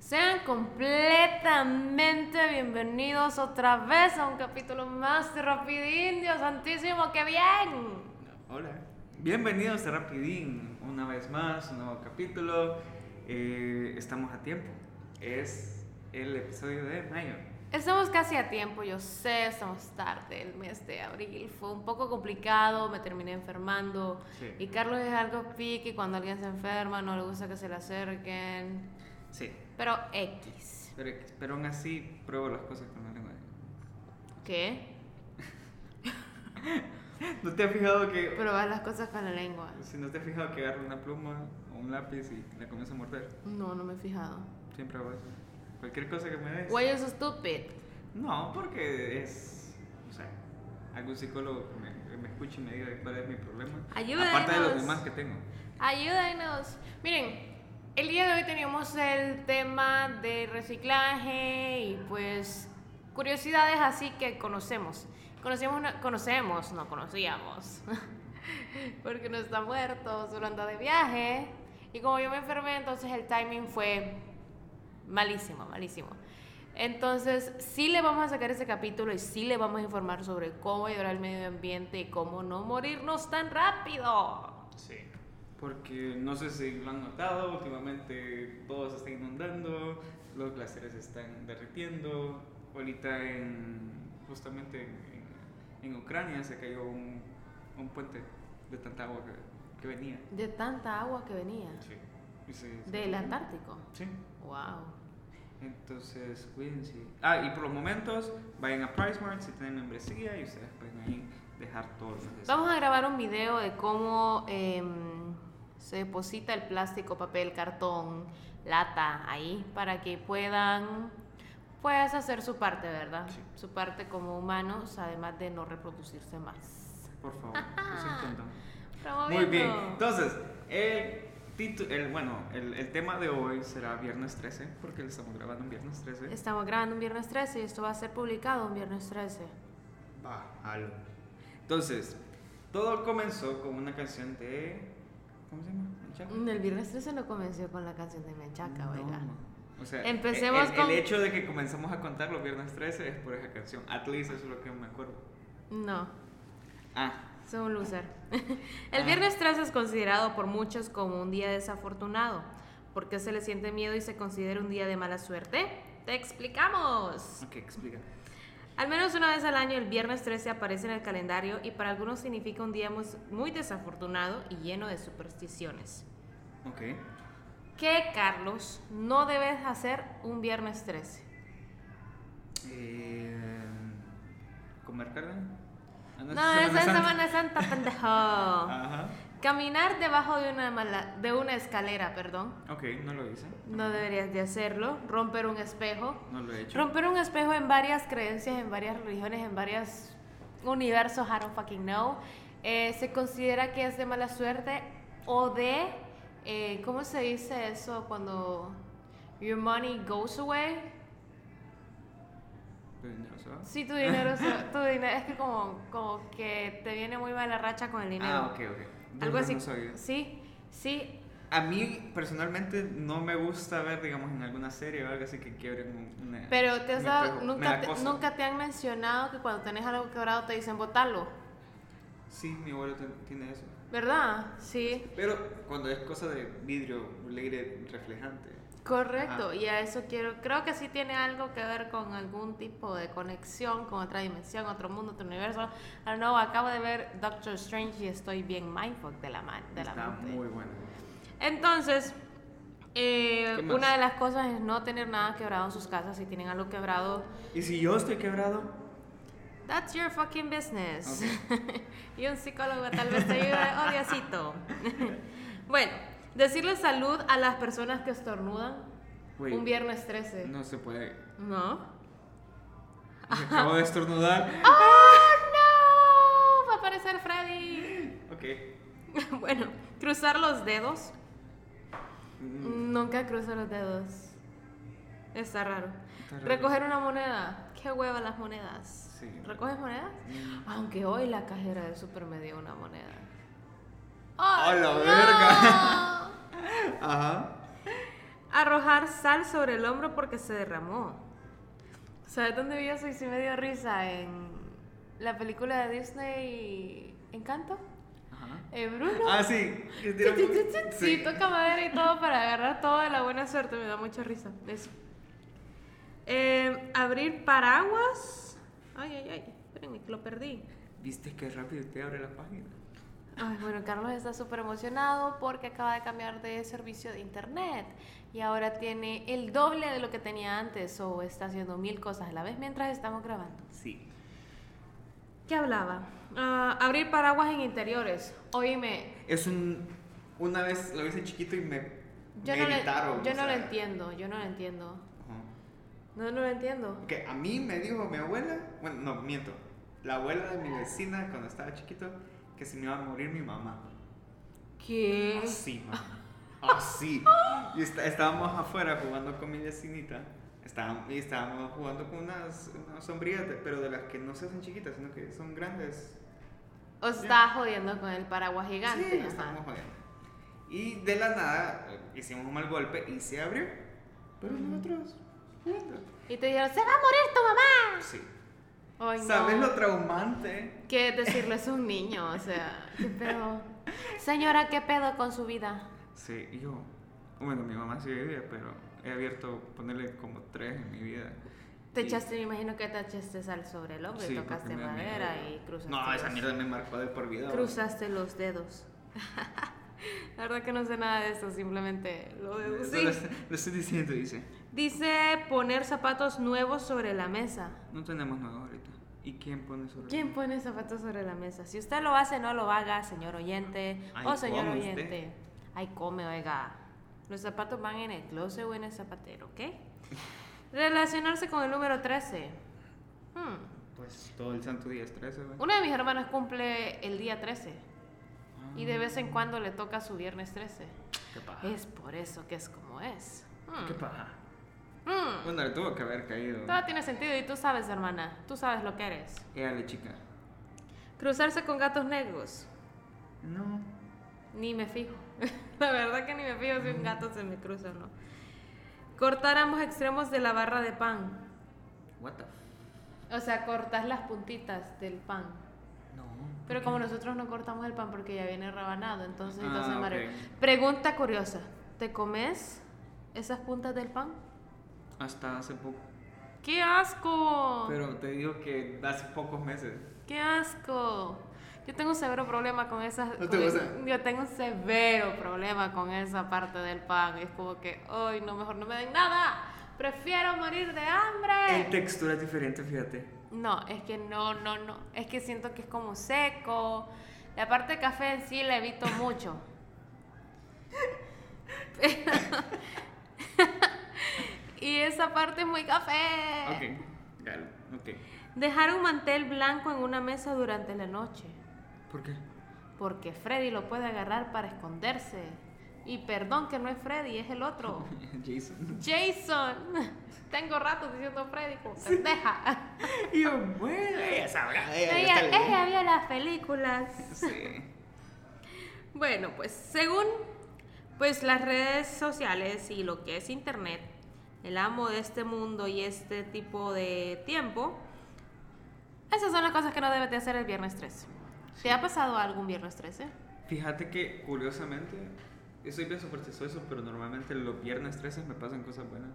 Sean completamente bienvenidos otra vez a un capítulo más de Rapidín, Dios santísimo, qué bien. Hola, bienvenidos a Rapidín, una vez más, un nuevo capítulo. Eh, estamos a tiempo, es el episodio de mayo. Estamos casi a tiempo, yo sé, estamos tarde, el mes de abril fue un poco complicado, me terminé enfermando Sí. y Carlos es algo piqui cuando alguien se enferma, no le gusta que se le acerquen, Sí, pero X. pero, pero aún así pruebo las cosas con la lengua. ¿Qué? ¿No te has fijado que... Probar las cosas con la lengua. Si no te has fijado que agarro una pluma o un lápiz y la comienzo a morder, No, no me he fijado. siempre hago eso. Cualquier cosa que me des. Why you so stupid? No, porque es. O sea, algún psicólogo que me, que me escuche y me diga cuál es mi problema. Ayúdenos. Aparte de los demás que tengo. Ayúdenos. Miren, el día de hoy teníamos el tema de reciclaje y pues curiosidades así que conocemos. Conocemos, una- conocemos, no conocíamos. Porque no está muerto, solo anda de viaje. Y como yo me enfermé, entonces el timing fue malísimo, malísimo. Entonces, sí le vamos a sacar ese capítulo y sí le vamos a informar sobre cómo ayudar al medio ambiente y cómo no morirnos tan rápido. Sí. Porque no sé si lo han notado, últimamente todo se está inundando, los glaciares se están derritiendo. Ahorita, en, justamente en, en- en Ucrania, se cayó un, un puente de tanta agua que, que venía. De tanta agua que venía. Sí. Y se- se- Del Antártico. Sí. Wow. Entonces, cuídense. Ah, y por los momentos, vayan a PriceMart si tienen membresía y ustedes pueden ahí dejar todo lo necesario. Vamos a grabar un video de cómo em, se deposita el plástico, papel, cartón, lata ahí para que puedan pues hacer su parte, ¿verdad? Sí. Su parte como humanos, además de no reproducirse más. Por favor, eso intentan. Muy Promoviendo. bien. Entonces, el titu- el bueno, el, el tema de hoy será viernes 13, porque lo estamos grabando en viernes 13. Estamos grabando un viernes 13 y esto va a ser publicado un viernes 13. Bájalo. Entonces, todo comenzó con una canción de ¿cómo se llama? ¿El Chaco? El viernes 13 no comenzó con la canción de Menchaca, No, Mm, oiga. ma. O sea, Empecemos el, el- con- el hecho de que comenzamos a contar los viernes 13 es por esa canción. At least eso es lo que me acuerdo. No. Ah, Soy un loser. Ah. El viernes 13 es considerado por muchos como un día desafortunado. ¿Por qué se le siente miedo y se considera un día de mala suerte? Te explicamos. ok, explica. Al menos una vez al año el viernes 13 aparece en el calendario y para algunos significa un día mus- muy desafortunado y lleno de supersticiones. Ok. ¿Qué, Carlos, no debes hacer un viernes 13? Eh, ¿Comer carne? Ah, No, es es en Santa. Ah. Semana Santa, pendejo. Ajá. Caminar debajo de una, mala- de una escalera, perdón. Ok, no lo hice. No deberías de hacerlo. Romper un espejo. No lo he hecho. Romper un espejo en varias creencias, en varias religiones, en varios universos, I don't fucking know. Eh, se considera que es de mala suerte o de, eh, ¿cómo se dice eso cuando your money goes away? Tu dinero se va. Si tu dinero, se- tu dinero es que como, como que te viene muy mala racha con el dinero. Ah, ok, ok. Algo No, así. no sabía. sí, sí. A mí personalmente no me gusta ver, digamos, en alguna serie o algo así que quiebren un- una. Pero te has un dado, espejo. Me nunca, da te, cosa. nunca te han mencionado que cuando tenés algo quebrado te dicen botarlo, Sí, mi abuelo te- tiene eso. ¿verdad? Sí. Pero cuando es cosa de vidrio, alegre, reflejante. Correcto, Ajá. y a eso quiero, creo que sí tiene algo que ver con algún tipo de conexión con otra dimensión, otro mundo, otro universo. I don't know, acabo de ver Doctor Strange y estoy bien mindfuck de la, man, de la Está mente. muy bueno. Entonces, eh, ¿Qué más? una de las cosas es no tener nada quebrado en sus casas. Si tienen algo quebrado, ¿Y si yo estoy quebrado? that's your fucking business. y un psicólogo tal vez te ayude, oh Diosito. bueno, decirle salud a las personas que estornudan Wait. un viernes 13. No se puede. No. Me acabo de estornudar. ¡Oh, ¡Ah, no! Va a aparecer Freddy. Ok. bueno, cruzar los dedos. Mm, Nunca cruzo los dedos. Está raro. Está raro. Recoger una moneda. Qué hueva las monedas. Sí. ¿Recoges monedas? Mm. Aunque hoy la cajera del super me dio una moneda. ¡A la ¡Ay, verga! Ajá. Arrojar sal sobre el hombro porque se derramó. ¿Sabes dónde vi eso y sí me dio risa? En la película de Disney Encanto. Ajá. Eh, Bruno. Ah, sí. Sí, que tira- sí, sí, sí, sí, sí. toca madera y todo para agarrar toda la buena suerte. Me da mucha risa. Eso. Eh, abrir paraguas. Ay, ay, ay. Espérenme, que lo perdí. ¿Viste qué rápido te abre la página? Ay, bueno, Carlos está súper emocionado porque acaba de cambiar de servicio de internet y ahora tiene el doble de lo que tenía antes o está haciendo mil cosas a la vez mientras estamos grabando. Sí. ¿Qué hablaba? Ah, abrir paraguas en interiores. Oíme, Es un. Una vez lo hice chiquito y me. yo, me no, le- gritaron, yo o no lo sea, entiendo, yo no lo entiendo. ajá. No, no lo entiendo. Que a mí me dijo mi abuela, bueno, no, miento, la abuela de mi vecina cuando estaba chiquito, que se me iba a morir mi mamá. ¿Qué? Así, mamá. Así. Y esta- estábamos afuera jugando con mi vecinita. Estábamos, y estábamos jugando con unas, unas sombrillas, de- pero de las que no se hacen chiquitas, sino que son grandes. Os está jodiendo con el paraguas gigante. Sí, ajá. estábamos jugando. Y de la nada eh, hicimos un mal golpe y se abrió. Pero nosotros jugando. Y te dijeron, se va a morir tu mamá. Sí. Ay, no. ¿Sabes lo traumante? ¿Qué decirles a un niño? O sea, ¿qué pedo? Señora, ¿qué pedo con su vida? Sí, y yo. Bueno, mi mamá sí vivía, pero he abierto ponerle como tres en mi vida. Te Y- echaste, me imagino que te echaste sal sobre el hombro Sí, y pues, tocaste porque me da madera miedo. y cruzaste. No, esa los- mierda me marcó de por vida. Cruzaste los dedos. La verdad que no sé nada de eso, simplemente lo Lo, lo- deducí. lo estoy diciendo, dice. Dice poner zapatos nuevos sobre la mesa. No tenemos nada ahorita. ¿Y quién pone sobre ¿Quién pone zapatos sobre la mesa? Si usted lo hace, no lo haga, señor oyente Ay, o señor come oyente. usted. Ay, come, oiga. Los zapatos van en el closet o en el zapatero, ¿ok? Relacionarse con el número 13. Hmm. Pues todo el santo día es 13, güey. Una de mis hermanas cumple el día 13 y de vez en Ah, cuando le toca su viernes 13. ¿Qué paja? Es por eso que es como es. Mm, Hmm, ¿Qué paja? mm. Bueno, le tuvo que haber caído. Todo tiene sentido y tú sabes, hermana. Tú sabes lo que eres. Éale, chica. Cruzarse con gatos negros. No. Ni me fijo. la verdad que ni me fijo si un gato se me cruza o no. Cortar ambos extremos de la barra de pan. What the f O sea, cortas las puntitas del pan. No. Pero como nosotros no cortamos el pan porque ya viene rabanado, entonces, Ah, entonces ok. Mario. Pregunta curiosa. ¿Te comes esas puntas del pan? Hasta hace poco. ¡Qué asco! Pero te digo que hace pocos meses. ¡Qué asco! Yo tengo un severo problema con esas. ¿No te con- gusta? yo tengo un severo problema con esa parte del pan. Es como que, ¡ay, no, mejor no me den nada! ¡Prefiero morir de El hambre! textura es diferente, fíjate. No, es que no, no, no. Es que siento que es como seco. La parte de café en sí la evito mucho. Pero- y esa parte es muy café. Eh. Ok. Galo. Ok. Dejar un mantel blanco en una mesa durante la noche. ¿Por qué? Porque Freddy lo puede agarrar para esconderse. Y perdón que no es Freddy, es el otro. Jason. Jason. Tengo rato diciendo Freddy como pendeja. Y yo, bueno, ella sabrá. Ella, está bien. ella vio las películas. Sí. Bueno, pues según pues las redes sociales y lo que es internet, el amo de este mundo y este tipo de tiempo, Esas son las cosas que no debes de hacer el viernes 13. ¿Te ha pasado algún viernes eh? 13? Fíjate que, curiosamente, yo soy bien supersticioso, pero normalmente los viernes 13 me pasan cosas buenas.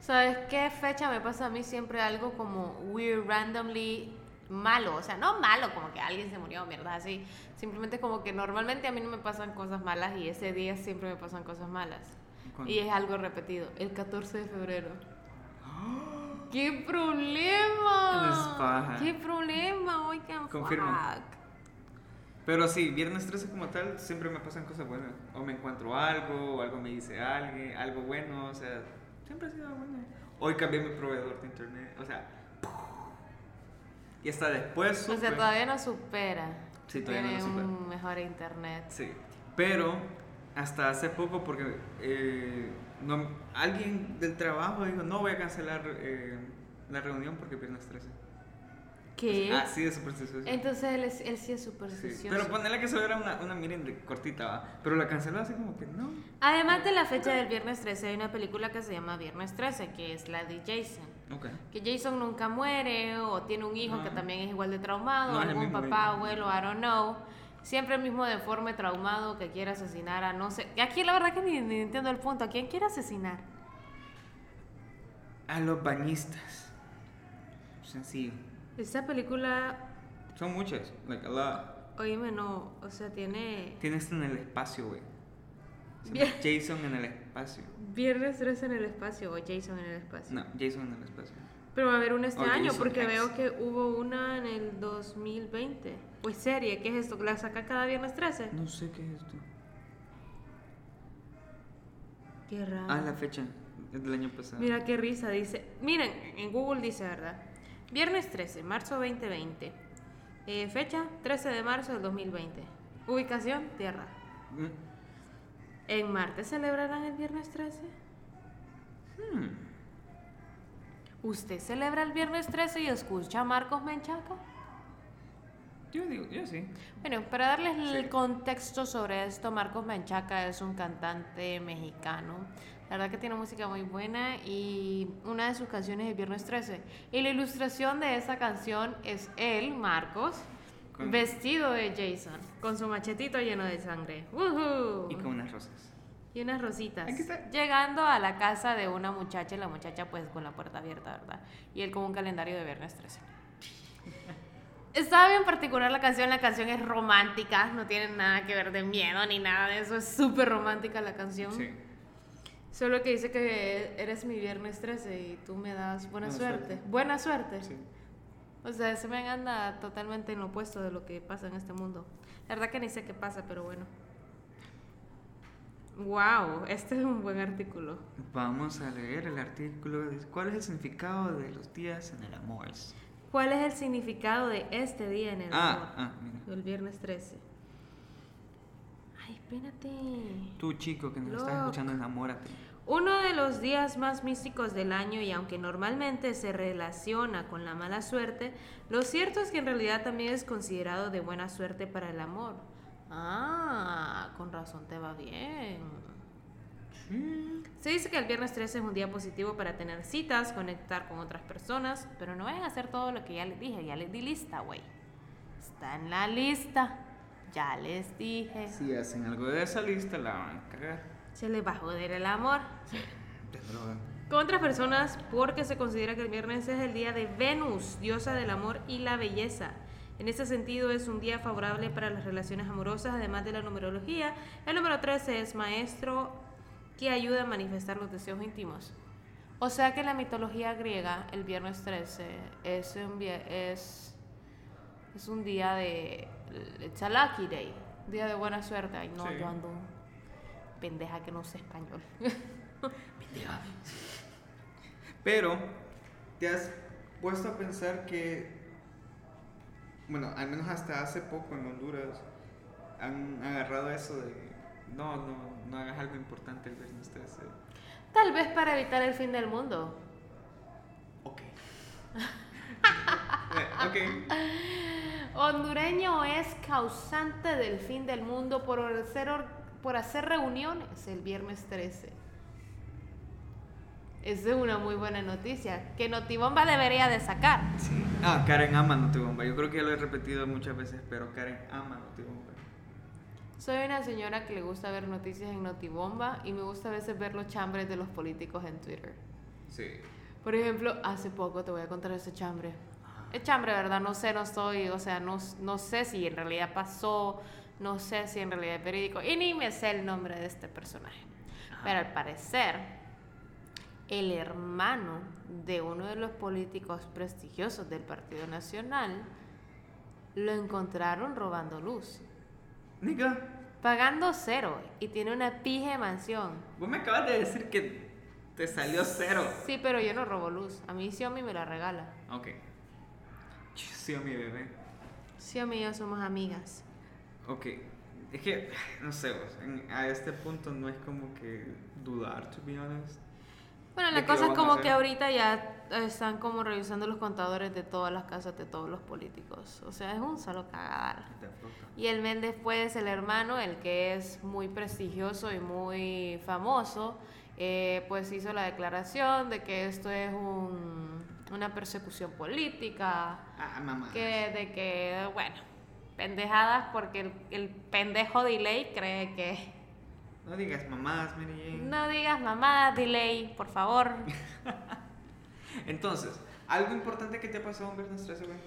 ¿Sabes qué fecha me pasa a mí siempre algo como weird, randomly malo? O sea, no malo, como que alguien se murió, mierda, así. Simplemente como que normalmente a mí no me pasan cosas malas y ese día siempre me pasan cosas malas. ¿Cuándo? Y es algo repetido, el 14 de febrero. ¡Qué problema! Es paja. ¡Qué problema! Oigan, Confirmo. fuck. Pero sí, viernes 13 como tal, siempre me pasan cosas buenas. O me encuentro algo, o algo me dice alguien, algo bueno, o sea, siempre ha sido bueno. Hoy cambié mi proveedor de internet, o sea, y hasta después. O sea, supe- todavía no supera. Sí, todavía no Tiene lo supera. un mejor internet. Sí, pero hasta hace poco porque eh, no, alguien del trabajo dijo, no voy a cancelar eh, la reunión porque viernes 13. ¿Qué? Ah, sí, de supersticioso. Entonces él, es- él sí es supersticioso. Sí. Pero ponele que solo era una, una miren de cortita, ¿va? Pero la canceló así como que no. Además de la fecha del viernes 13, hay una película que se llama Viernes 13, que es la de Jason. Ok. Que Jason nunca muere o tiene un hijo que Ah. también es igual de traumado, No, es el algún mismo papá, niño. abuelo, I don't know. Siempre el mismo deforme traumado que quiere asesinar a no sé. Aquí la verdad que ni, ni entiendo el punto. ¿A quién quiere asesinar? A los bañistas. Sencillo. Esta película, Son muchas. Like a lot. oíme, no, o sea, tiene Tienes en el espacio, güey. Se Bien. llama Jason en el espacio. Viernes 13 en el espacio o Jason en el espacio. No, Jason en el espacio. Pero va a haber una este O año Jason porque X. veo que hubo una en el 2020. Pues serie, ¿qué es esto? ¿La saca cada viernes 13? No sé qué es esto. Qué raro. Ah, la fecha. Es del año pasado. Mira qué risa, dice. Miren, en Google dice, ¿verdad? Viernes 13, marzo 2020. Eh, fecha, 13 de marzo del 2020. Ubicación, Tierra. Mm. ¿En Marte celebrarán el viernes 13? Hmm. ¿Usted celebra el viernes 13 y escucha a Marcos Menchaca? Yo digo, yo sí. Bueno, para darles el Sí. contexto sobre esto, Marcos Manchaca es un cantante mexicano. La verdad que tiene música muy buena y una de sus canciones es Viernes 13. Y la ilustración de esa canción es él, Marcos, Con- vestido de Jason. Con su machetito lleno de sangre. ¡Woohoo! Y con unas rosas. Y unas rositas. Aquí está. Llegando a la casa de una muchacha, y la muchacha pues con la puerta abierta, ¿verdad? Y él con un calendario de Viernes 13. Estaba bien particular la canción, la canción es romántica, no tiene nada que ver de miedo ni nada de eso, es súper romántica la canción. Sí. Solo que dice que eres mi viernes 13 y tú me das buena Buena suerte. suerte. Buena suerte. sí. O sea, ese me anda totalmente en lo opuesto de lo que pasa en este mundo. La verdad que ni sé qué pasa, pero bueno. Wow, este es un buen artículo. Vamos a leer el artículo. de ¿Cuál es el significado de los días en el amor? ¿Cuál es el significado de este día en el Ah, amor? ah, mira. El viernes 13. Ay, espérate. Tú, chico, que nos Loco. estás escuchando, enamórate. Uno de los días más místicos del año y aunque normalmente se relaciona con la mala suerte, lo cierto es que en realidad también es considerado de buena suerte para el amor. Ah, con razón te va bien. Se dice que el viernes 13 es un día positivo para tener citas, conectar con otras personas, pero no vayan a hacer todo lo que ya les dije, ya les di lista, güey. Está en la lista, ya les dije. Si hacen algo de esa lista, la van a cagar. Se les va a joder el amor. De droga. Con otras personas porque se considera que el viernes es el día de Venus, diosa del amor y la belleza. En ese sentido es un día favorable para las relaciones amorosas, además de la numerología. El número 13 es maestro que ayuda a manifestar los deseos íntimos. O sea que en la mitología griega, el viernes 13 es un, vie- es, es un día de. It's a lucky day, día de buena suerte. Ay, no, Sí. yo ando pendeja que no sé español. Pero, ¿te has puesto a pensar que, bueno, al menos hasta hace poco en Honduras, han agarrado eso de, no, no, no hagas algo importante el viernes 13? Tal vez para evitar el fin del mundo. Ok. Eh, ok. Hondureño es causante del fin del mundo por hacer, or- por hacer reuniones el viernes 13. Esa es una muy buena noticia que Notibomba debería de sacar. Ah, Karen ama no te bomba. Yo creo que ya lo he repetido muchas veces, pero Karen ama no te bomba. Soy una señora que le gusta ver noticias en Notibomba y me gusta a veces ver los chambres de los políticos en Twitter. Sí. Por ejemplo, hace poco te voy a contar ese chambre. El chambre, ¿verdad? No sé, no estoy, o sea, no, no sé si en realidad pasó, no sé si en realidad es verídico, y ni me sé el nombre de este personaje. Ajá. Pero al parecer, el hermano de uno de los políticos prestigiosos del Partido Nacional lo encontraron robando luz, Nica, pagando cero, y tiene una pija de mansión. vos me acabas de decir que te salió cero. Sí, pero yo no robo luz, a mí Xiaomi me la regala. Ok. Sí, a mi bebé. Xiaomi y yo somos amigas. Ok, es que, no sé, o sea, en- a este punto no es como que dudar, to be honest. Bueno, ¿De la qué cosa es van a como hacer? que ahorita ya están como revisando los contadores de todas las casas de todos los políticos. O sea, es un solo cagadal. De fruta. Y el Méndez pues el hermano, el que es muy prestigioso y muy famoso, eh, pues hizo la declaración de que esto es un- una persecución política, Ah, mamá. que de que, bueno, pendejadas porque el, el pendejo Delay cree que... No digas mamás, Mary Jane. No digas mamá, Delay, por favor. Entonces, algo importante que te ha pasado un viernes 13, güey.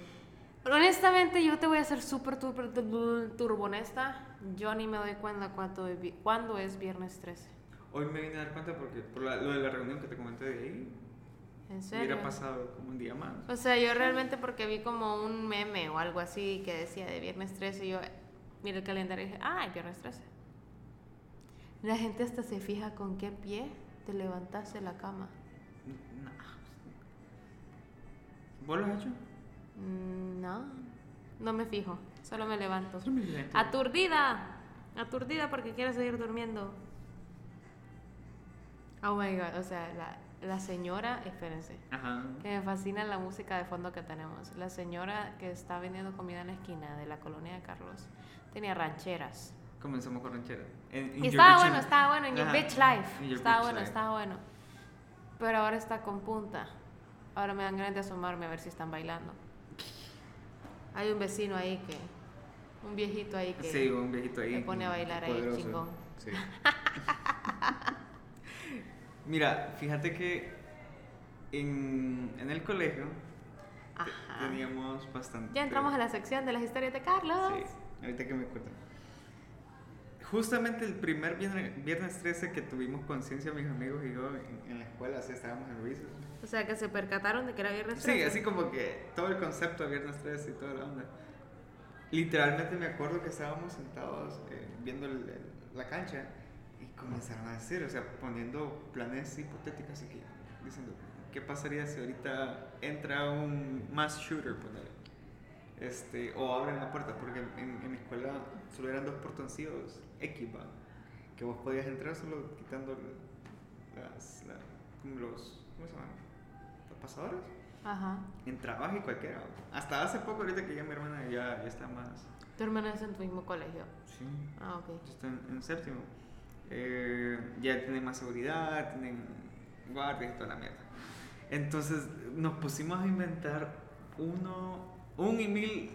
Honestamente, yo te voy a ser súper, súper tur- turbonesta. Yo ni me doy cuenta cuánto, es vi- cuándo es viernes 13. Hoy me vine a dar cuenta porque por la- lo de la reunión que te comenté de ahí, ¿En serio? hubiera pasado como un día más. O sea, yo realmente porque vi como un meme o algo así que decía de viernes 13 y yo miré el calendario y dije, ah, es viernes 13. La gente hasta se fija con qué pie te levantaste de la cama. No. ¿Vos lo has hecho? Mm, No, no me fijo, solo me levanto. Solo me levanto. Aturdida, aturdida porque quiero seguir durmiendo. Oh my god, o sea, la, la señora, espérense. Ajá. Que me fascina la música de fondo que tenemos. La señora que está vendiendo comida en la esquina de la colonia de Carlos tenía rancheras. Comenzamos con ranchera. En- en Y Your estaba Bitch bueno, Life. estaba bueno, en Your Ajá. Bitch En Life. Your Estaba Bitch bueno, Life. estaba bueno. Pero ahora está con punta. Ahora me dan ganas de asomarme a ver si están bailando. Hay un vecino ahí que. Un viejito ahí que. Sí, un viejito ahí. Me pone a bailar ahí, poderoso. chingón. Sí. Mira, fíjate que en, en el colegio te- Ajá. teníamos bastante. Ah. Ya entramos a la sección de las historias de Carlos. Sí, ahorita que me cuentan. Justamente el primer viernes, viernes 13 que tuvimos conciencia, mis amigos y yo, en, en la escuela, así estábamos en Luis. O sea, que se percataron de que era viernes Sí, 13. así como que todo el concepto de Viernes 13 y toda la onda. Literalmente me acuerdo que estábamos sentados eh, viendo el- el- la cancha y comenzaron a decir, o sea, poniendo planes hipotéticos, así que diciendo, ¿qué pasaría si ahorita entra un mass shooter, ponele? Este, o abren la puerta, porque en, en mi escuela solo eran dos portoncillos X, va, que vos podías entrar solo quitando las, la- como los, ¿cómo se llaman? ¿Los pasadores? Ajá. Entrabas y cualquiera. Hasta hace poco, ahorita que ya mi hermana ya, ya está más. Tu hermano es en tu mismo colegio. Sí. Ah, ok. Está en, en séptimo. Eh, ya tienen más seguridad, tienen guardias y toda la mierda. Entonces nos pusimos a inventar uno, un y mil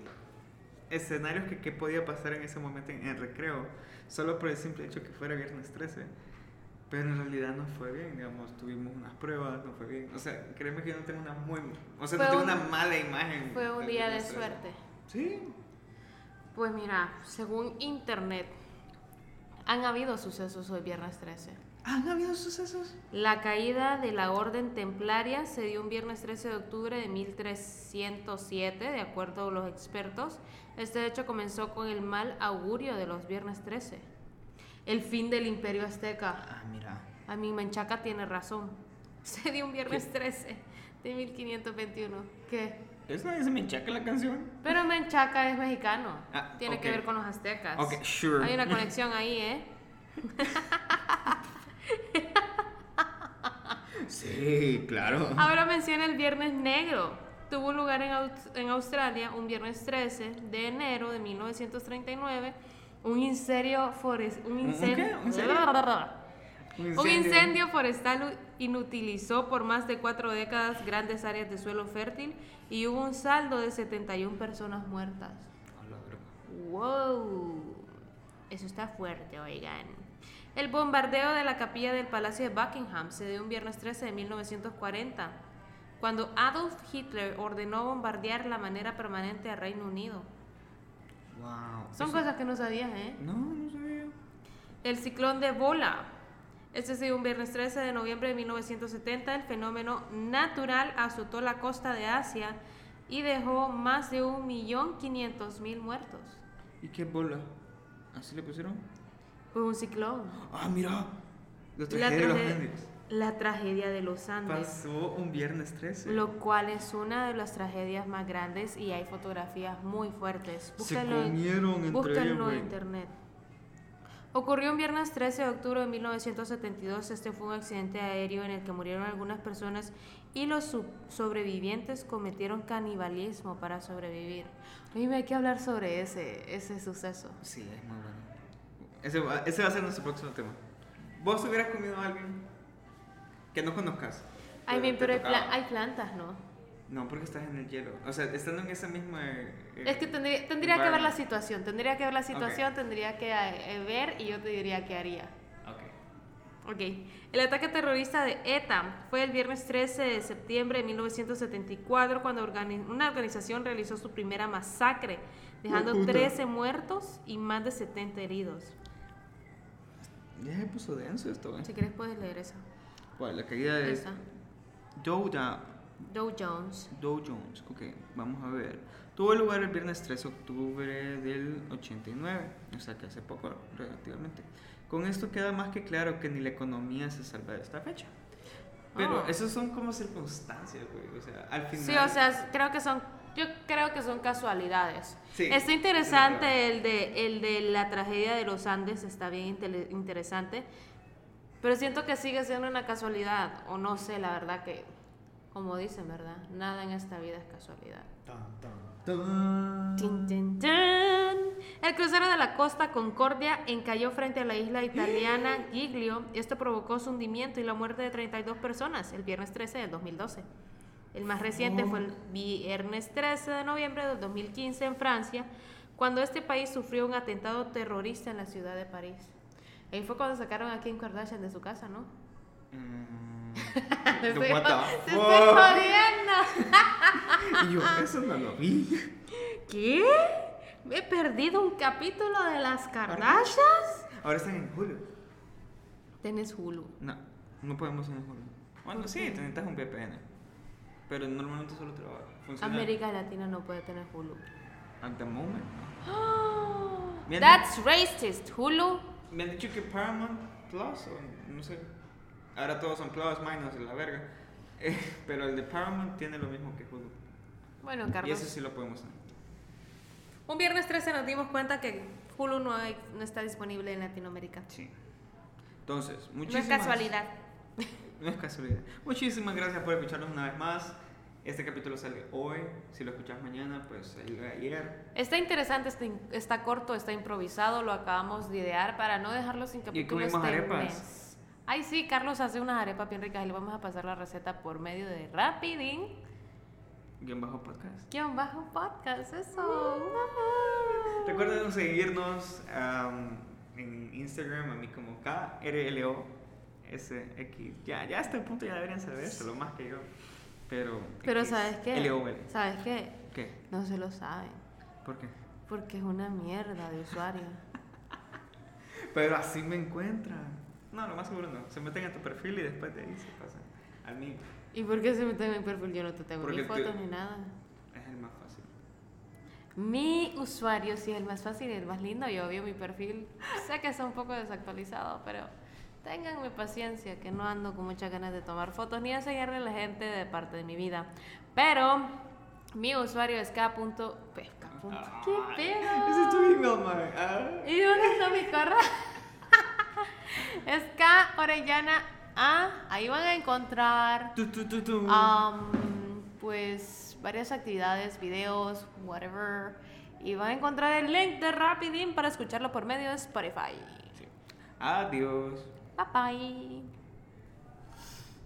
escenarios que, que podía pasar en ese momento en el recreo, solo por el simple hecho que fuera viernes 13. Pero en realidad no fue bien, digamos, tuvimos unas pruebas, no fue bien. O sea, créeme que yo no tengo una muy, o sea, no Fue tengo un- una mala imagen. Fue un del día de viernes 13. suerte. Sí, Pues mira, según internet, han habido sucesos hoy viernes 13. han habido sucesos. La caída de la Orden Templaria se dio un viernes 13 de octubre de 1307, de acuerdo a los expertos. Este hecho comenzó con el mal augurio de los viernes 13. El fin del Imperio Azteca. Ah, mira. A mi manchaca tiene razón. Se dio un viernes 13 de 1521. ¿Qué? ¿Esa es Menchaca la canción? Pero Menchaca es mexicano. Ah, tiene que ok. ver con los aztecas. Ok, sure. Ah, Hay una conexión ahí, ¿eh? Sí, claro. Ahora menciona el Viernes Negro. Tuvo lugar en, Aus- en Australia un viernes 13 de enero de 1939 un incendio forestal. Un ¿Un qué? incendio, ¿Un incendio? Un un incendio forestal u- inutilizó por más de cuatro décadas grandes áreas de suelo fértil y hubo un saldo de 71 personas muertas. ¡Wow! Eso está fuerte, oigan. El bombardeo de la capilla del Palacio de Buckingham se dio un viernes 13 de 1940, cuando Adolf Hitler ordenó bombardear la manera permanente a Reino Unido. Wow. Son cosas que no sabías, ¿eh? No, no sabía. El ciclón de Bola. Este se dio un viernes 13 de noviembre de 1970. El fenómeno natural azotó la costa de Asia y dejó más de 1.500.000 muertos. ¿Y qué bola? ¿Así le pusieron? Fue un ciclón. Ah, mira. Los La, traje de los trage- Andes. la tragedia de los Andes, Pasó un viernes 13. lo cual es una de las tragedias más grandes y hay fotografías muy fuertes. Se Búsquenlo, en- comieron entre ellos, búsquenlo güey. en internet. Ocurrió un viernes 13 de octubre de 1972. Este fue un accidente aéreo en el que murieron algunas personas y los sub- sobrevivientes cometieron canibalismo para sobrevivir. Oye, hay que hablar sobre ese, ese suceso. Sí, es muy bueno. Ese va, ese va a ser nuestro próximo tema. ¿Vos hubieras comido a alguien que no conozcas? Ay, bien, te pero hay, pla- tocaba? hay plantas, ¿no? No, porque estás en el hielo. O sea, estando en esa misma... eh, Es que tendría, tendría que ver la environment. situación, tendría que ver la situación, tendría que eh, ver y yo te diría qué haría. Ok. Ok. El ataque terrorista de ETA fue el viernes 13 de septiembre de 1974 cuando organi- una organización realizó su primera masacre, dejando Puta. 13 muertos y más de 70 heridos. Ya se puso denso esto, ¿eh? Si quieres puedes leer esa. Bueno, la caída de Esa. Douda Dow Jones. Dow Jones, ok, vamos a ver. Tuvo lugar el viernes 3 de octubre del 89, o sea que hace poco relativamente. Con esto queda más que claro que ni la economía se salva de esta fecha. Pero Oh. Ah. esas son como circunstancias, güey. O sea, al final. Sí, o sea, s- creo que son, yo creo que son casualidades. Sí, está interesante sí, el de, el de la tragedia de los Andes, está bien intele- interesante, pero siento que sigue siendo una casualidad, o no sé, la verdad que, como dicen, ¿verdad? Nada en esta vida es casualidad. Tan, tan, tan. Tin, tin, tan. El crucero de la costa Concordia encalló frente a la isla italiana Giglio. Esto provocó su hundimiento y la muerte de 32 personas el viernes 13 del 2012. El más reciente fue el viernes 13 de noviembre del 2015 en Francia, cuando este país sufrió un atentado terrorista en la ciudad de París. Ahí fue cuando sacaron a Kim Kardashian de su casa, ¿no? Mm, Te estoy, what the te estoy fuck? jodiendo. Y yo, eso no lo vi. ¿Qué? ¿Me he perdido un capítulo de las Kardashians? Ahora están en Hulu. Tenés Hulu. No, no podemos en Hulu. Bueno, sí, te necesitas un VPN. Pero normalmente solo trabaja. Funciona. América Latina no puede tener Hulu. At the moment, no. Bien. That's racist, Hulu. Me han dicho que Paramount Plus, o no sé. Ahora todos son Plus, Minus, la verga. Eh, pero el de Paramount tiene lo mismo que Hulu. Bueno, Y Carlos. eso sí lo podemos hacer. Un viernes 13 nos dimos cuenta que Hulu no, hay- no está disponible en Latinoamérica. Sí. Entonces, No es muchísimas. casualidad. No es casualidad. Muchísimas gracias por escucharnos una vez más. Este capítulo sale hoy. Si lo escuchas mañana, pues salió ayer. Está interesante, está, in- está corto, está improvisado, lo acabamos de idear para no dejarlo sin capítulo comimos este arepas. mes. Ay, sí, Carlos hace unas arepas bien ricas y le vamos a pasar la receta por medio de Rapidin. Guión bajo podcast. Guión bajo podcast, eso. Recuerden seguirnos am, en Instagram, a mí como KRLOSX. Ya, ya a este punto ya deberían saber eso, lo más que yo. Pero. Pero X, ¿sabes qué? LOL. ¿Sabes qué? ¿Qué? No se lo saben. ¿Por qué? Porque es una mierda de usuario. Pero así me encuentran. No, lo más seguro no. Se meten a tu perfil y después de ahí se pasan al mío. ¿Y por qué se meten en mi perfil? Yo no te tengo Porque ni te- fotos ni nada. Es el más fácil. Mi usuario sí es el más fácil y el más lindo. Yo veo mi perfil. Sé que está un poco desactualizado, pero tenganme paciencia, que no ando con muchas ganas de tomar fotos ni de enseñarle a la gente de parte de mi vida. Pero mi usuario es k. punto- P, K. punto. Ah, ¿Qué pedo? Ese es tu email, madre. Ah. ¿Y dónde está mi correo? es K Orellana A. Ahí van a encontrar Tu, tu, tu, tu. Ah. Am, pues varias actividades, videos, whatever. Y van a encontrar el link de Rapidin para escucharlo por medio de Spotify. Adiós. Bye bye.